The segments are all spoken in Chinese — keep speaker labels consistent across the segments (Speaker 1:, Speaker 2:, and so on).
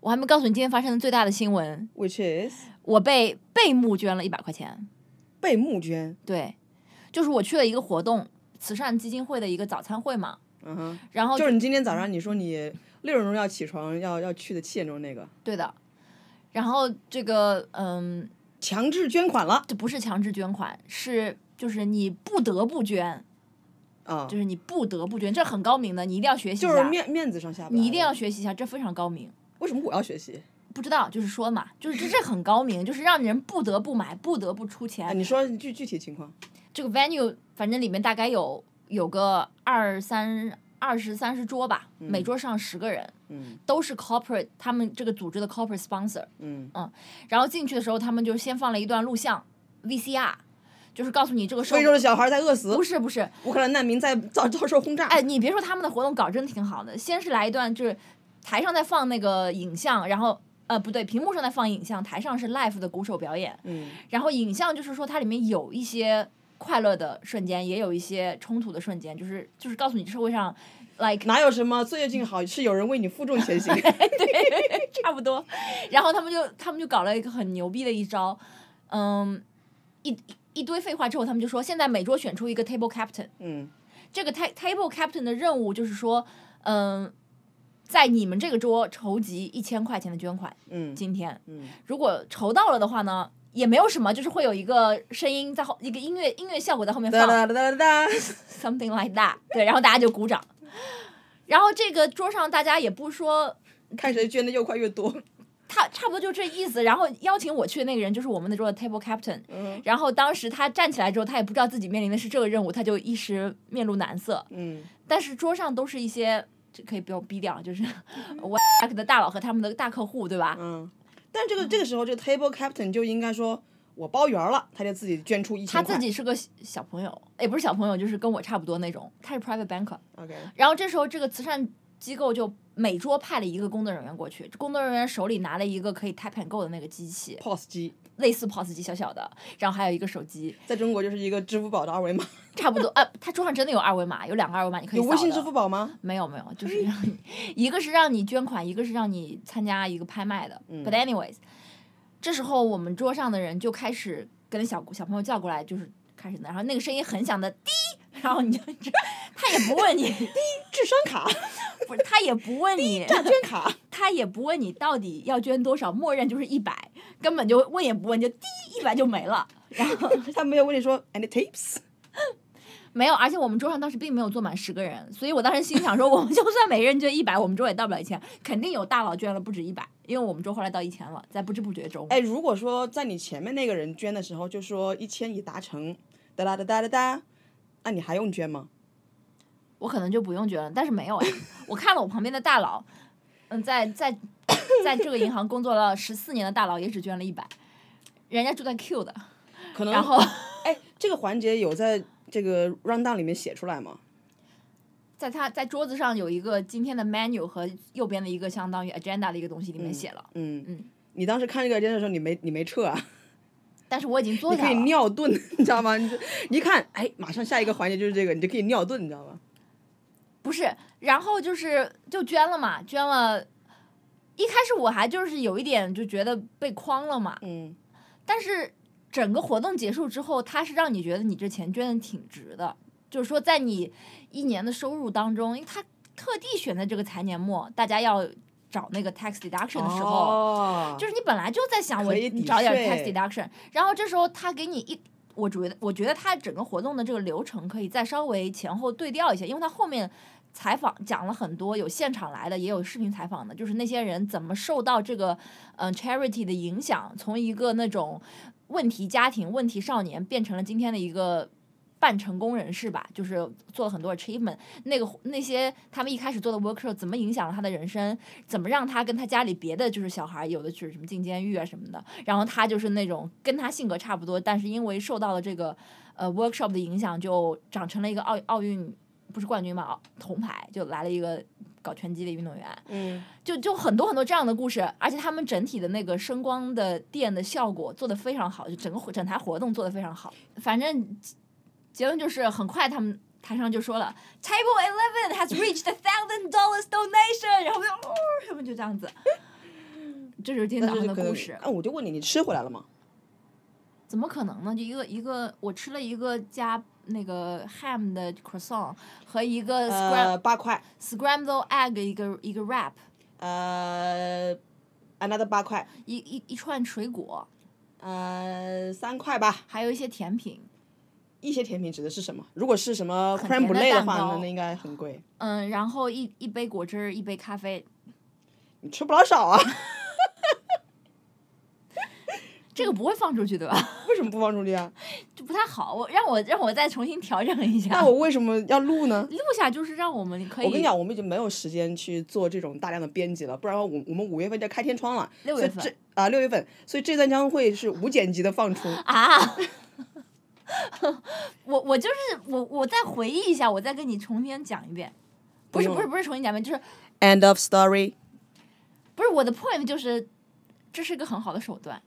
Speaker 1: 我还没告诉你今天发生的最大的新闻，
Speaker 2: ，which is
Speaker 1: 我被被募捐了一百块钱。
Speaker 2: 被募捐。
Speaker 1: 对，就是我去了一个活动，慈善基金会的一个早餐会嘛，
Speaker 2: 嗯哼，
Speaker 1: 然后
Speaker 2: 就是你今天早上你说你六点钟要起床，要要去的七点钟那个
Speaker 1: 对的，然后这个嗯，
Speaker 2: 强制捐款了
Speaker 1: 这不是强制捐款，是就是你不得不捐，
Speaker 2: 啊，
Speaker 1: 就是你不得不捐，这很高明的，你一定要学习一
Speaker 2: 就是
Speaker 1: 下，
Speaker 2: 面面子上下不来
Speaker 1: 你一定
Speaker 2: 的
Speaker 1: 要学习一下，这非常高明。
Speaker 2: 为什么我要学习？
Speaker 1: 不知道，就是说嘛，就是这这很高明，就是让人不得不买，不得不出
Speaker 2: 啊，
Speaker 1: 钱。
Speaker 2: 你说具具体情况
Speaker 1: 这个 venue 反正里面大概有有个二三二十三十桌吧，每桌上十个人，
Speaker 2: 嗯
Speaker 1: 都是 corporate 他们这个组织的 corporate sponsor。
Speaker 2: 嗯
Speaker 1: 然后进去的时候，他们就先放了一段录像 VCR，就是告诉你这个受
Speaker 2: 非洲的小孩在饿死
Speaker 1: 不，是不是，
Speaker 2: 乌克兰难民在遭遭受轰炸。
Speaker 1: 哎，你别说他们的活动搞真挺好的，先是来一段就是台上在放那个影像，然后呃不对，屏幕上在放影像，台上是 live 的鼓手表演。
Speaker 2: 嗯
Speaker 1: 然后影像就是说它里面有一些快乐的瞬间，也有一些冲突的瞬间，就是就是告诉你社会上，like
Speaker 2: 哪有什么岁月静好，是有人为你负重前行。
Speaker 1: 差不多。然后他们就他们就搞了一个很牛逼的一招，嗯，一一堆废话之后，他们就说现在每桌选出一个 table captain，
Speaker 2: 嗯
Speaker 1: 这个 ta- table captain 的任务就是说，嗯。在你们这个桌筹集一千块钱的捐款，
Speaker 2: 嗯
Speaker 1: 今天
Speaker 2: 嗯
Speaker 1: 如果筹到了的话呢，也没有什么，就是会有一个声音在后，一个音乐音乐效果在后面
Speaker 2: 哒
Speaker 1: 放，
Speaker 2: 哒哒哒哒。
Speaker 1: something like that，对， 然后大家就鼓掌。然后这个桌上大家也不说，
Speaker 2: 看谁捐的又快越多。
Speaker 1: 他差不多就这意思。然后邀请我去的那个人就是我们那桌的 table captain。
Speaker 2: 嗯
Speaker 1: 然后当时他站起来之后，他也不知道自己面临的是这个任务，他就一时面露难色。
Speaker 2: 嗯
Speaker 1: 但是桌上都是一些，这可以不用逼掉，就是 我的大佬和他们的大客户，对吧？
Speaker 2: 嗯，但这个这个时候，这个 table captain 就应该说，我包圆了，他就自己捐出一
Speaker 1: 他
Speaker 2: 千块。
Speaker 1: 自己是个小小朋友，也不是小朋友，就是跟我差不多那种。他是 private banker，
Speaker 2: OK，
Speaker 1: 然后这时候这个慈善机构就每桌派了一个工作人员过去，工作人员手里拿了一个可以 tap and go 的那个机器，
Speaker 2: POS 机
Speaker 1: 类似 POS 机小小的，然后还有一个手机，
Speaker 2: 在中国就是一个支付宝的二维码。
Speaker 1: 差 不多。啊，他桌上真的有二维码，有两个二维码，你可以
Speaker 2: 有
Speaker 1: 扫的。
Speaker 2: 微信、支付宝吗？
Speaker 1: 没有没有，就是让你一个是让你捐款，一个是让你参加一个拍卖的。But
Speaker 2: 嗯
Speaker 1: anyways，这时候我们桌上的人就开始跟小小朋友叫过来，就是开始那，然后那个声音很响的滴，然后你就 他也不问你，
Speaker 2: 智商卡、
Speaker 1: 不是他也不问你，
Speaker 2: 大捐卡。
Speaker 1: 他也不问你到底要捐多少，默认就是一百，根本就问也不问，就滴一百就没了。然后
Speaker 2: 他没有问你说 any tips，
Speaker 1: 没有，而且我们桌上当时并没有坐满十个人，所以我当时心想说， 我们就算每人捐一百，我们桌也到不了一千，肯定有大佬捐了不止一百，因为我们桌后来到一千了，在不知不觉中。
Speaker 2: 哎，如果说在你前面那个人捐的时候就说一千已达成， 哒哒哒哒哒哒，那你还用捐吗？
Speaker 1: 我可能就不用捐了，但是没有哎，我看了我旁边的大佬，嗯，在在在这个银行工作了十四年的大佬也只捐了一百，人家住在 Q 的，
Speaker 2: 可能。
Speaker 1: 然后
Speaker 2: 哎，这个环节有在这个 round down 里面写出来吗？
Speaker 1: 在他在桌子上有一个今天的 menu 和右边的一个相当于 agenda 的一个东西里面写了，
Speaker 2: 嗯
Speaker 1: 嗯。
Speaker 2: 你当时看这个真的时候，你没你没撤啊？
Speaker 1: 但是我已经做
Speaker 2: 你
Speaker 1: 下
Speaker 2: 可以
Speaker 1: 了。
Speaker 2: 尿遁， 你知道吗？你就你一看，哎，马上下一个环节就是这个，你就可以尿遁，你知道吗？
Speaker 1: 不是，然后就是就捐了嘛，捐了。一开始我还就是有一点就觉得被诓了嘛，
Speaker 2: 嗯，
Speaker 1: 但是整个活动结束之后，他是让你觉得你这钱捐的挺值的，就是说在你一年的收入当中，因为他特地选在这个财年末，大家要找那个 tax deduction 的时候，
Speaker 2: 哦
Speaker 1: 就是你本来就在想我
Speaker 2: 可以抵
Speaker 1: 你找点
Speaker 2: 税
Speaker 1: tax deduction，然后这时候他给你一，我觉得我觉得他整个活动的这个流程可以再稍微前后对调一下，因为他后面采访讲了很多，有现场来的，也有视频采访的，就是那些人怎么受到这个嗯、呃 charity 的影响，从一个那种问题家庭、问题少年变成了今天的一个。半成功人士吧，就是做了很多 achievement。那个那些他们一开始做的 workshop 怎么影响了他的人生？怎么让他跟他家里别的就是小孩儿，有的就是什么进监狱啊什么的，然后他就是那种跟他性格差不多，但是因为受到了这个呃 workshop 的影响，就长成了一个奥奥运不是冠军嘛，奥铜牌就来了一个搞拳击的运动员，
Speaker 2: 嗯，
Speaker 1: 就就很多很多这样的故事，而且他们整体的那个声光的电的效果做得非常好，就整个活整台活动做得非常好。反正结论就是，很快他们台上就说了，Table Eleven has reached a thousand dollars donation，然后就、哦、他们就这样子。这就是今天
Speaker 2: 但
Speaker 1: 早
Speaker 2: 是
Speaker 1: 上的
Speaker 2: 可
Speaker 1: 故
Speaker 2: 能哎
Speaker 1: 事。
Speaker 2: 那我就问你，你吃回来了吗？
Speaker 1: 怎么可能呢？就一个一个，我吃了一个加那个 ham 的 croissant 和一个 scram、
Speaker 2: 呃，八块，
Speaker 1: scramble egg 一个一个 wrap，
Speaker 2: 呃，another 八块，
Speaker 1: 一一一串水果，
Speaker 2: 呃，三块吧。
Speaker 1: 还有一些甜品。
Speaker 2: 一些甜品指的是什么？如果是什么
Speaker 1: 很
Speaker 2: creme
Speaker 1: 甜的
Speaker 2: brulee 的
Speaker 1: 蛋
Speaker 2: 话，
Speaker 1: 糕
Speaker 2: 那那应该很贵。
Speaker 1: 嗯，然后一一杯果汁儿，一杯咖啡。
Speaker 2: 你吃不老少啊？
Speaker 1: 这个
Speaker 2: 嗯
Speaker 1: 不会放出去对吧？
Speaker 2: 为什么不放出去啊？
Speaker 1: 就不太好。我让我让我再重新调整一下
Speaker 2: 那。我为什么要录呢？
Speaker 1: 录下就是让我们可以。
Speaker 2: 我跟你讲，我们已经没有时间去做这种大量的编辑了，不然我我们五月份就要开天窗了。
Speaker 1: 六
Speaker 2: 所以
Speaker 1: 月份
Speaker 2: 这啊六月份，所以这段将会是无剪辑的 放出。
Speaker 1: 啊，我我就是我我再回忆一下，我再跟你重新讲一遍。不是
Speaker 2: 不用
Speaker 1: 不是不是重新讲一遍，就是
Speaker 2: End of story
Speaker 1: 不是我的 point 就是，这是一个很好的手段。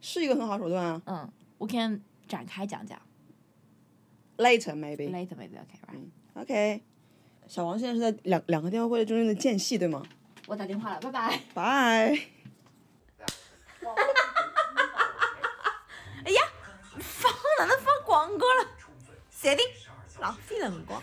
Speaker 2: 是一个很好手段啊。
Speaker 1: 嗯，我 can 展开讲讲
Speaker 2: Later maybe 嗯
Speaker 1: later maybe OK right。
Speaker 2: OK。小王现在是在两两个电话会中间的间隙，对吗？
Speaker 1: 我打电话了，拜 拜。
Speaker 2: 拜。
Speaker 1: 放哪能放广告了？谁的？浪费了光。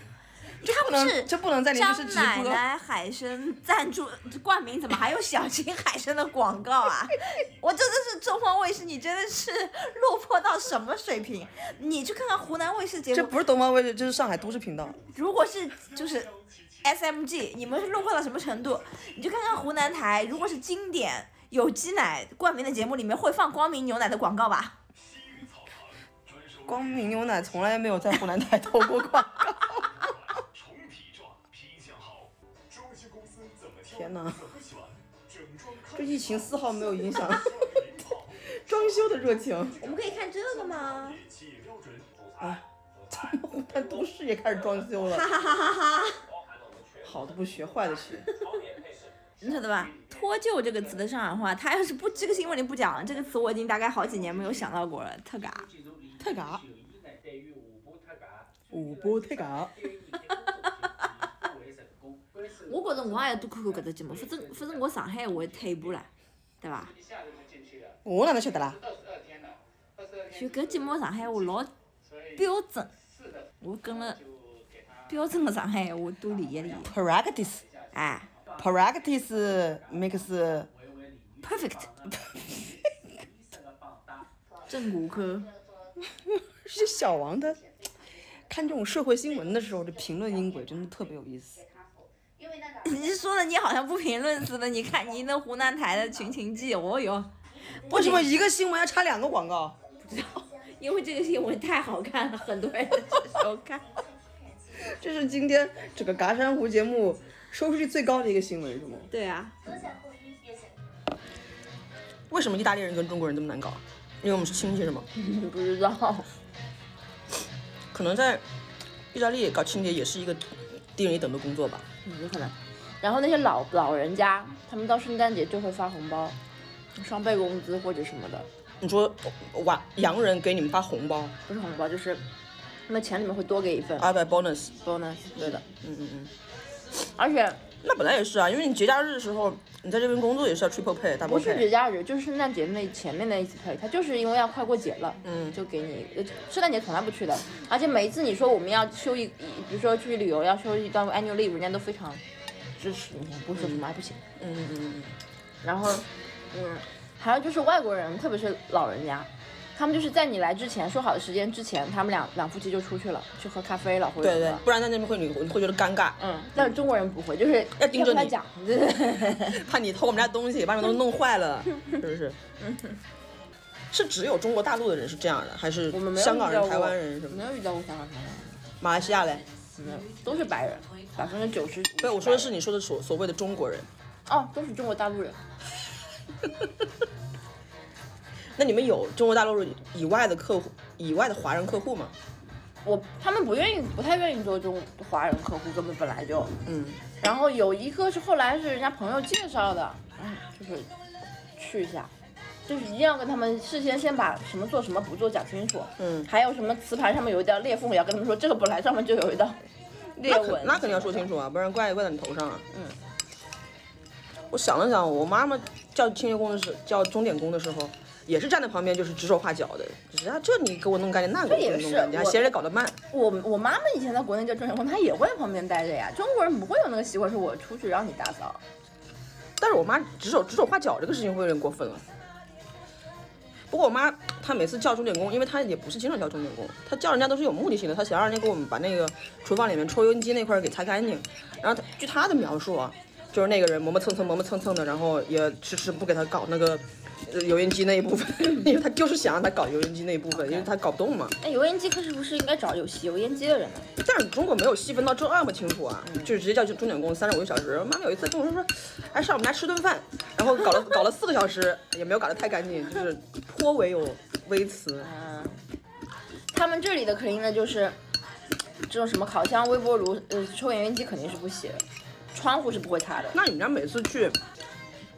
Speaker 2: 这不能，这不能在你就是直播。
Speaker 1: 海参赞助冠名，怎么还有小金海参的广告啊？ 我真的是中方卫视，你真的是落魄到什么水平？你去看看湖南卫视节
Speaker 2: 这不是东方卫视，这是上海都市频道。
Speaker 1: 如果是就是 SMG，你们是落魄到什么程度？你就看看湖南台，如果是经典有机奶冠名的节目，里面会放光明牛奶的广告吧？
Speaker 2: 光明牛奶从来没有在湖南台投过 广告。
Speaker 3: 重体状，皮相好，装修公司怎么挑？
Speaker 2: 天哪
Speaker 3: 怎么选？整装看
Speaker 2: 这疫情丝毫没有影 响
Speaker 3: 领跑，
Speaker 2: 装修的热情。
Speaker 4: 我们可以看这个吗？
Speaker 3: 电器标准，
Speaker 2: 啊，湖南都市也开始装修了。
Speaker 4: 哈哈哈哈！
Speaker 2: 好的不学，坏的学。
Speaker 4: 你晓得吧？脱臼这个词的上海话，它要是不这个新闻里不讲，这个词我已经大概好几年没有想到过了，特嘎。
Speaker 2: 太嘎。五波太嘎。
Speaker 4: 我觉着我也要多看看搿只节目，反正反正我上海我也退一步了，对伐？
Speaker 2: 我哪能晓得啦？
Speaker 4: 就搿节目上海话老标准，我跟了标准的上海话多理一理，
Speaker 2: Practice
Speaker 4: 哎
Speaker 2: practice makes
Speaker 4: ，perfect。正骨科，
Speaker 2: 是小王的。看这种社会新闻的时候，这评论音轨真的特别有意思。
Speaker 4: 你说的你好像不评论似的，你看你那湖南台的《群情记》，哦哟。
Speaker 2: 为什么一个新闻要插两个广告？
Speaker 4: 因为这个新闻太好看了，很多人收看。
Speaker 2: 这是今天整个《嘎山湖》节目收视率最高的一个新闻，是吗？
Speaker 4: 对啊，
Speaker 2: 为什么意大利人跟中国人这么难搞？因为我们是亲戚，是吗？
Speaker 4: 不知道。
Speaker 2: 可能在意大利搞清洁也是一个低人一等的工作吧。
Speaker 4: 有可能。然后那些老老人家，他们到圣诞节就会发红包，双倍工资或者什么的，
Speaker 2: 你说哇，洋人给你们发红包
Speaker 4: 不是红包就是，那钱里面会多给一份
Speaker 2: 啊，对，bonus，
Speaker 4: bonus。对的，
Speaker 2: 嗯嗯嗯，
Speaker 4: 而且
Speaker 2: 那本来也是啊，因为你节假日的时候，你在这边工作也是要 triple pay 大
Speaker 4: 不
Speaker 2: double
Speaker 4: 是
Speaker 2: pay，
Speaker 4: 节假日，就是圣诞节那前面那一次配，他就是因为要快过节了。
Speaker 2: 嗯，
Speaker 4: 就给你，呃圣诞节从来不去的，而且每一次你说我们要休一，比如说出去旅游要休一段 annual leave，人家都非常支持你，不会说什么哎不行。
Speaker 2: 嗯嗯嗯
Speaker 4: 然后，嗯，还有就是外国人，特别是老人家，他们就是在你来之前说好的时间之前，他们两两夫妻就出去了，去喝咖啡了或
Speaker 2: 嗯，
Speaker 4: 者
Speaker 2: 对
Speaker 4: 什么
Speaker 2: 对
Speaker 4: 的。，
Speaker 2: 不然在那边会你你会觉得尴尬，
Speaker 4: 嗯，但是中国人不会，就是
Speaker 2: 要盯着
Speaker 4: 不太
Speaker 2: 你
Speaker 4: 讲， 对对对
Speaker 2: 怕你偷我们家东西，把你们东西弄坏 了，是不是？是只有中国大陆的人是这样的，还是
Speaker 4: 我们没有
Speaker 2: 香港
Speaker 4: 遇
Speaker 2: 人、
Speaker 4: 到
Speaker 2: 台
Speaker 4: 过
Speaker 2: 湾人什么
Speaker 4: 没
Speaker 2: 的？
Speaker 4: 有遇到过香港台湾人，
Speaker 2: 马来西亚嘞？
Speaker 4: 没有，都是白人，百分之九十。
Speaker 2: 对，我说的是你说的所所谓的中国人。
Speaker 4: 哦，都是中国大陆人，
Speaker 2: 那你们有中国大陆以外的客户，以外的华人客户吗？
Speaker 4: 我他们不愿意，不太愿意做中华人客户，根本本来就。
Speaker 2: 嗯，
Speaker 4: 然后有一个是后来是人家朋友介绍的，嗯，就是去一下，就是一定要跟他们事先先把什么做什么不做讲清楚，
Speaker 2: 嗯，
Speaker 4: 还有什么磁盘上面有一道裂缝，也要跟他们说这个本来上面就有一道裂
Speaker 2: 那肯
Speaker 4: 纹，嗯
Speaker 2: 那肯定要说清楚啊，不然怪怪在你头上啊。我想了想，我妈妈叫清洁工的时候，叫钟点工的时候，也是站在旁边就是指手画脚的，就是啊，这你给我弄干净，那给
Speaker 4: 这也
Speaker 2: 我弄
Speaker 4: 是
Speaker 2: 干净，还
Speaker 4: 我
Speaker 2: 嫌人家搞得慢。
Speaker 4: 我我妈妈以前在国内叫钟点工，她也会在旁边待着呀。中国人不会有那个习惯，说我出去让你打扫。
Speaker 2: 但是我妈指手指手画脚这个事情会有点过分了。不过我妈她每次叫钟点工，因为她也不是经常叫钟点工，她叫人家都是有目的性的，她想让人家给我们把那个厨房里面抽油烟机那块儿给擦干净。然后她据她的描述啊，就是那个人磨磨蹭蹭磨磨蹭蹭的，然后也迟迟不给她搞那个呃油烟机那一部分， 因为她就是想让她搞油烟机那一部分，因为她搞不动嘛。
Speaker 4: 那油烟机科是不是应该找有洗油烟机的人呢？
Speaker 2: 但是中国没有细分到这么清楚啊，就是直接叫钟点工三十五个小时。妈妈有一次跟我说说，哎，上我们家吃顿饭，然后搞了搞了四个小时，也没有搞得太干净，就是颇为有微词。
Speaker 4: 嗯，他们这里的 clean 呢，就是这种什么烤箱、微波炉、呃，抽油烟机肯定是不洗的，窗户是不会擦的。
Speaker 2: 那你们家每次去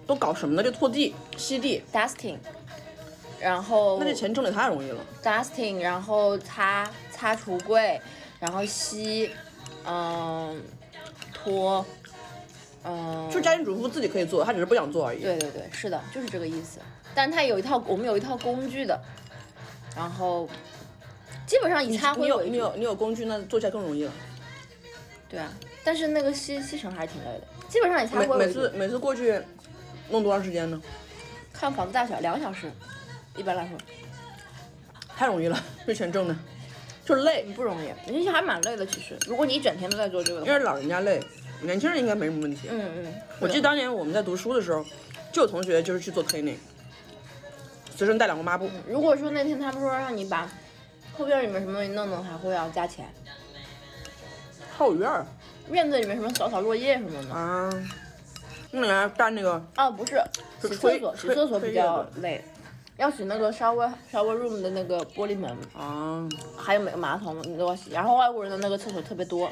Speaker 2: 都搞什么呢？就拖地、吸地，
Speaker 4: dusting，然后
Speaker 2: 那这钱挣得太容易
Speaker 4: 嗯
Speaker 2: 了。
Speaker 4: dusting，然后擦擦橱柜，然后吸，嗯，拖，嗯，
Speaker 2: 就是家庭主妇自己可以做，她只是不想做而已。
Speaker 4: 对对对，是的，就是这个意思。但它有一套，我们有一套工具的，然后基本上以擦
Speaker 2: 你
Speaker 4: 灰
Speaker 2: 有
Speaker 4: 为
Speaker 2: 你
Speaker 4: 主。
Speaker 2: 有你有工具，那做起来更容易了。
Speaker 4: 对啊，但是那个吸吸尘还是挺累的，基本上以擦
Speaker 2: 每
Speaker 4: 灰
Speaker 2: 每
Speaker 4: 为主
Speaker 2: 次。每次过去弄多长时间呢？
Speaker 4: 看房子大小，两个小时，一般来说，
Speaker 2: 太容易了，这钱挣的，就是累
Speaker 4: 嗯，不容易，人家还蛮累的。其实，如果你一整天都在做这个的
Speaker 2: 因
Speaker 4: 话，
Speaker 2: 为老人家累，年轻人应该没什么问题。
Speaker 4: 嗯嗯，
Speaker 2: 我记得当年我们在读书的时候，就有同学就是去做 cleaning，随身带两个抹布。
Speaker 4: 如果说那天他们说让你把后院里面什么东西弄弄，还会要加钱。
Speaker 2: 后院儿
Speaker 4: 院子里面什么扫扫落叶什么的。
Speaker 2: 啊，那人家干那个
Speaker 4: 啊，不是，
Speaker 2: 是
Speaker 4: 洗
Speaker 2: 吹
Speaker 4: 厕所，洗
Speaker 2: 吹
Speaker 4: 厕所
Speaker 2: 吹
Speaker 4: 比
Speaker 2: 热
Speaker 4: 较
Speaker 2: 的
Speaker 4: 累，要洗那个 shower shower room 的那个玻璃门，
Speaker 2: 啊，
Speaker 4: 还有每个马桶你都要洗。然后外国人的那个厕所特别多，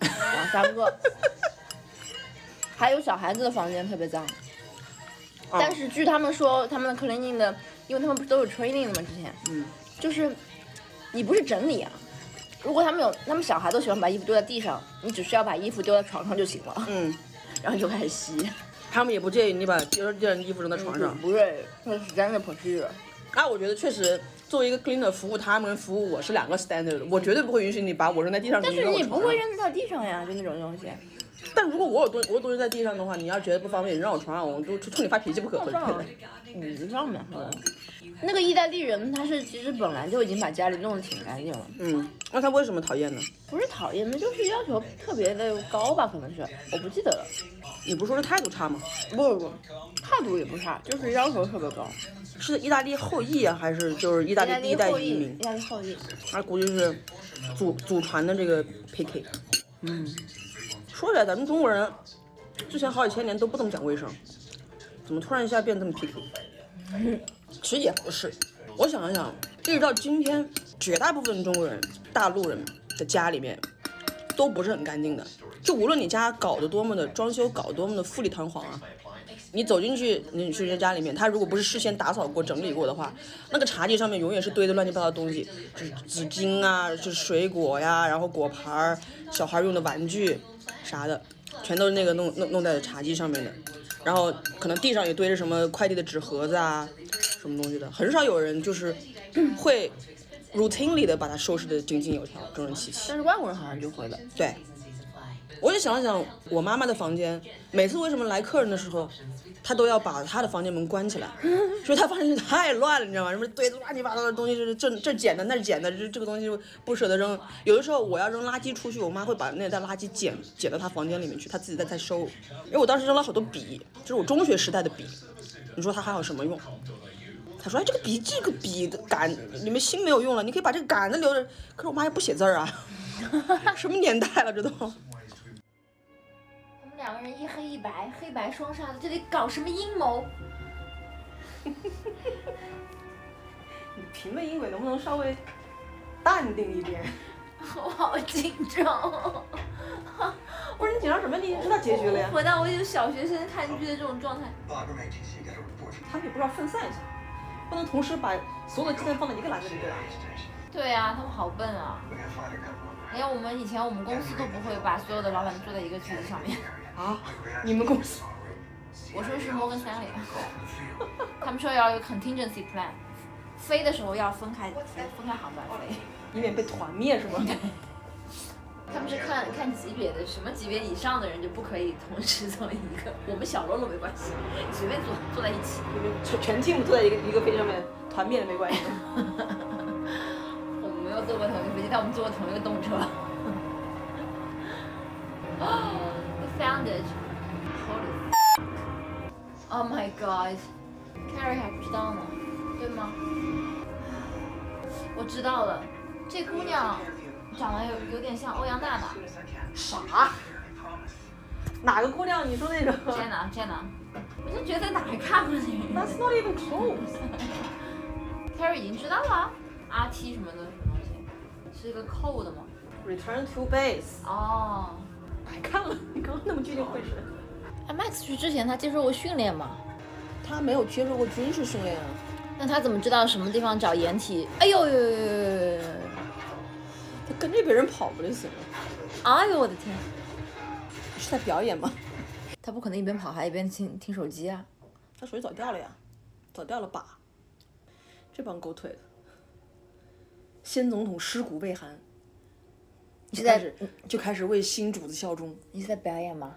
Speaker 4: 两三个。 还有小孩子的房间特别脏，
Speaker 2: 啊
Speaker 4: 但是据他们说，他们的 cleaning 的，因为他们不是都有 training 的嘛，之前，
Speaker 2: 嗯，
Speaker 4: 就是你不是整理啊。如果他们有，他们小孩都喜欢把衣服丢在地上，你只需要把衣服丢在床上就行了，
Speaker 2: 嗯，
Speaker 4: 然后就开始吸。
Speaker 2: 他们也不介意你把第二件衣服扔在床
Speaker 1: 嗯
Speaker 2: 上。
Speaker 4: 不是，那是真的不是。
Speaker 2: 啊，我觉得确实。作为一个 cleaner 服务他们服务我是两个 standard，我绝对不会允许你把我扔在地上。
Speaker 4: 但
Speaker 2: 你
Speaker 4: 是
Speaker 2: 扔我
Speaker 4: 你不
Speaker 2: 床
Speaker 4: 会
Speaker 2: 上。
Speaker 4: 扔到地上呀，就那种东西。
Speaker 2: 但如果我有东我有东西在地上的话，你要觉得不方便，你扔我床上，我就冲冲你发脾气不可。
Speaker 4: 放上，嗯你上面好了。那个意大利人，他是其实本来就已经把家里弄得挺干净了，
Speaker 2: 嗯，那他为什么讨厌呢？
Speaker 4: 不是讨厌，那就是要求特别的高吧，可能是，我不记得了。
Speaker 2: 你不是说是态度差吗？
Speaker 4: 不不，态度也不差，就是要求特别高。
Speaker 2: 是意大利后裔啊，还是就是意大利第一代
Speaker 4: 后
Speaker 2: 移
Speaker 4: 裔，
Speaker 2: 民
Speaker 4: 意？大利后裔，
Speaker 2: 他估计是祖祖传的这个 PK。嗯，说起来，咱们中国人之前好几千年都不怎么讲卫生，怎么突然一下变这么 PK？其实也不是，我想了想，一直到今天，绝大部分中国人、大陆人的家里面都不是很干净的。就无论你家搞得多么的装修，搞得多么的富丽堂皇啊，你走进去，你去人家家里面，他如果不是事先打扫过、整理过的话，那个茶几上面永远是堆的乱七八糟的东西，就是纸巾啊，就是水果呀，然后果盘儿、小孩用的玩具啥的，全都是那个弄弄弄在茶几上面的。然后可能地上也堆着什么快递的纸盒子啊，什么东西的，很少有人就是会 routinely 的把它收拾的井井有条、整整齐齐。
Speaker 4: 但是外国人好像就会的。
Speaker 2: 对，我就想了想，我妈妈的房间，每次为什么来客人的时候，她都要把她的房间门关 起来，所以她房间太乱了，你知道吗？什么堆的乱七八糟的东西，这这这捡的那儿捡的，这这个东西不舍得扔。有的时候我要扔垃圾出去，我妈会把那袋垃圾捡捡到她房间里面去，她自己再再收。因为我当时扔了好多笔，就是我中学时代的笔，你说它还有什么用？他说：“哎，这个笔，这个笔的杆，你们心没有用了，你可以把这个杆子留着。可是我妈也不写字儿 啊，什么年代了，这都。
Speaker 1: 我们两个人一黑一白，黑白双煞的，这里搞什么阴谋？
Speaker 2: 你评论音轨能不能稍微淡定一点？
Speaker 1: 我好紧 张。
Speaker 2: 不是你紧张什么？你已经知道结局了呀。
Speaker 1: 回到我有小学生看剧的这种状态。
Speaker 3: 大哥们这些该是不是？
Speaker 2: 他们也不知道分散一下，不能同时把所有的鸡蛋放在一个篮子里，对吧？
Speaker 1: 对啊，他们好笨啊！
Speaker 3: 我该发点干嘛？
Speaker 1: 连我们以前我们公司都不会把所有的老板坐在一个桌子上面。
Speaker 2: 啊啊，你们公司
Speaker 3: 我说是摩根 三里，他们说要有 contingency plan，飞的时候要分开分开航班飞。
Speaker 2: 以免被团灭是吗？
Speaker 1: 他们是看看级别的，什么级别以上的人就不可以同时坐一个。 我们小喽啰没关系，随便坐坐在一 起。
Speaker 2: 全全 team 坐在一个一个飞机上面，团灭了没关系。
Speaker 1: 我们没有坐过同一个飞机，但我们坐过同一个动车。哦，We found it. Holy. f- Oh my god. Carrie 还不知道呢，对吗？ 我知道了，
Speaker 3: 这姑娘 长得有有点像欧阳娜娜
Speaker 2: 啥？哪个姑娘？你说那个
Speaker 3: ，Jenna Jenna，我就觉得在哪儿看过这个人
Speaker 2: ？That's not even close。
Speaker 3: ？Carrie 已经知道了，RT 什么的什么东西，是一个 code 吗？
Speaker 2: Return to base。
Speaker 3: 哦。
Speaker 2: 白看了，你刚刚那么聚精会神。
Speaker 1: 哎，Max 去之前他接受过训练吗？
Speaker 2: 他没有接受过军事训练啊。
Speaker 1: 那他怎么知道什么地方找掩体？哎呦呦呦呦呦呦！
Speaker 2: 他跟着别人跑不就行了？
Speaker 1: 哎呦我的天！
Speaker 2: 是在表演吗？
Speaker 1: 他不可能一边跑还一边听听手机啊！
Speaker 2: 他手机早掉了呀，早掉了吧？这帮狗腿子，先总统尸骨未寒，
Speaker 1: 你
Speaker 2: 就是开
Speaker 1: 在
Speaker 2: 嗯始就开始为新主子效忠。
Speaker 1: 你是在表演吗？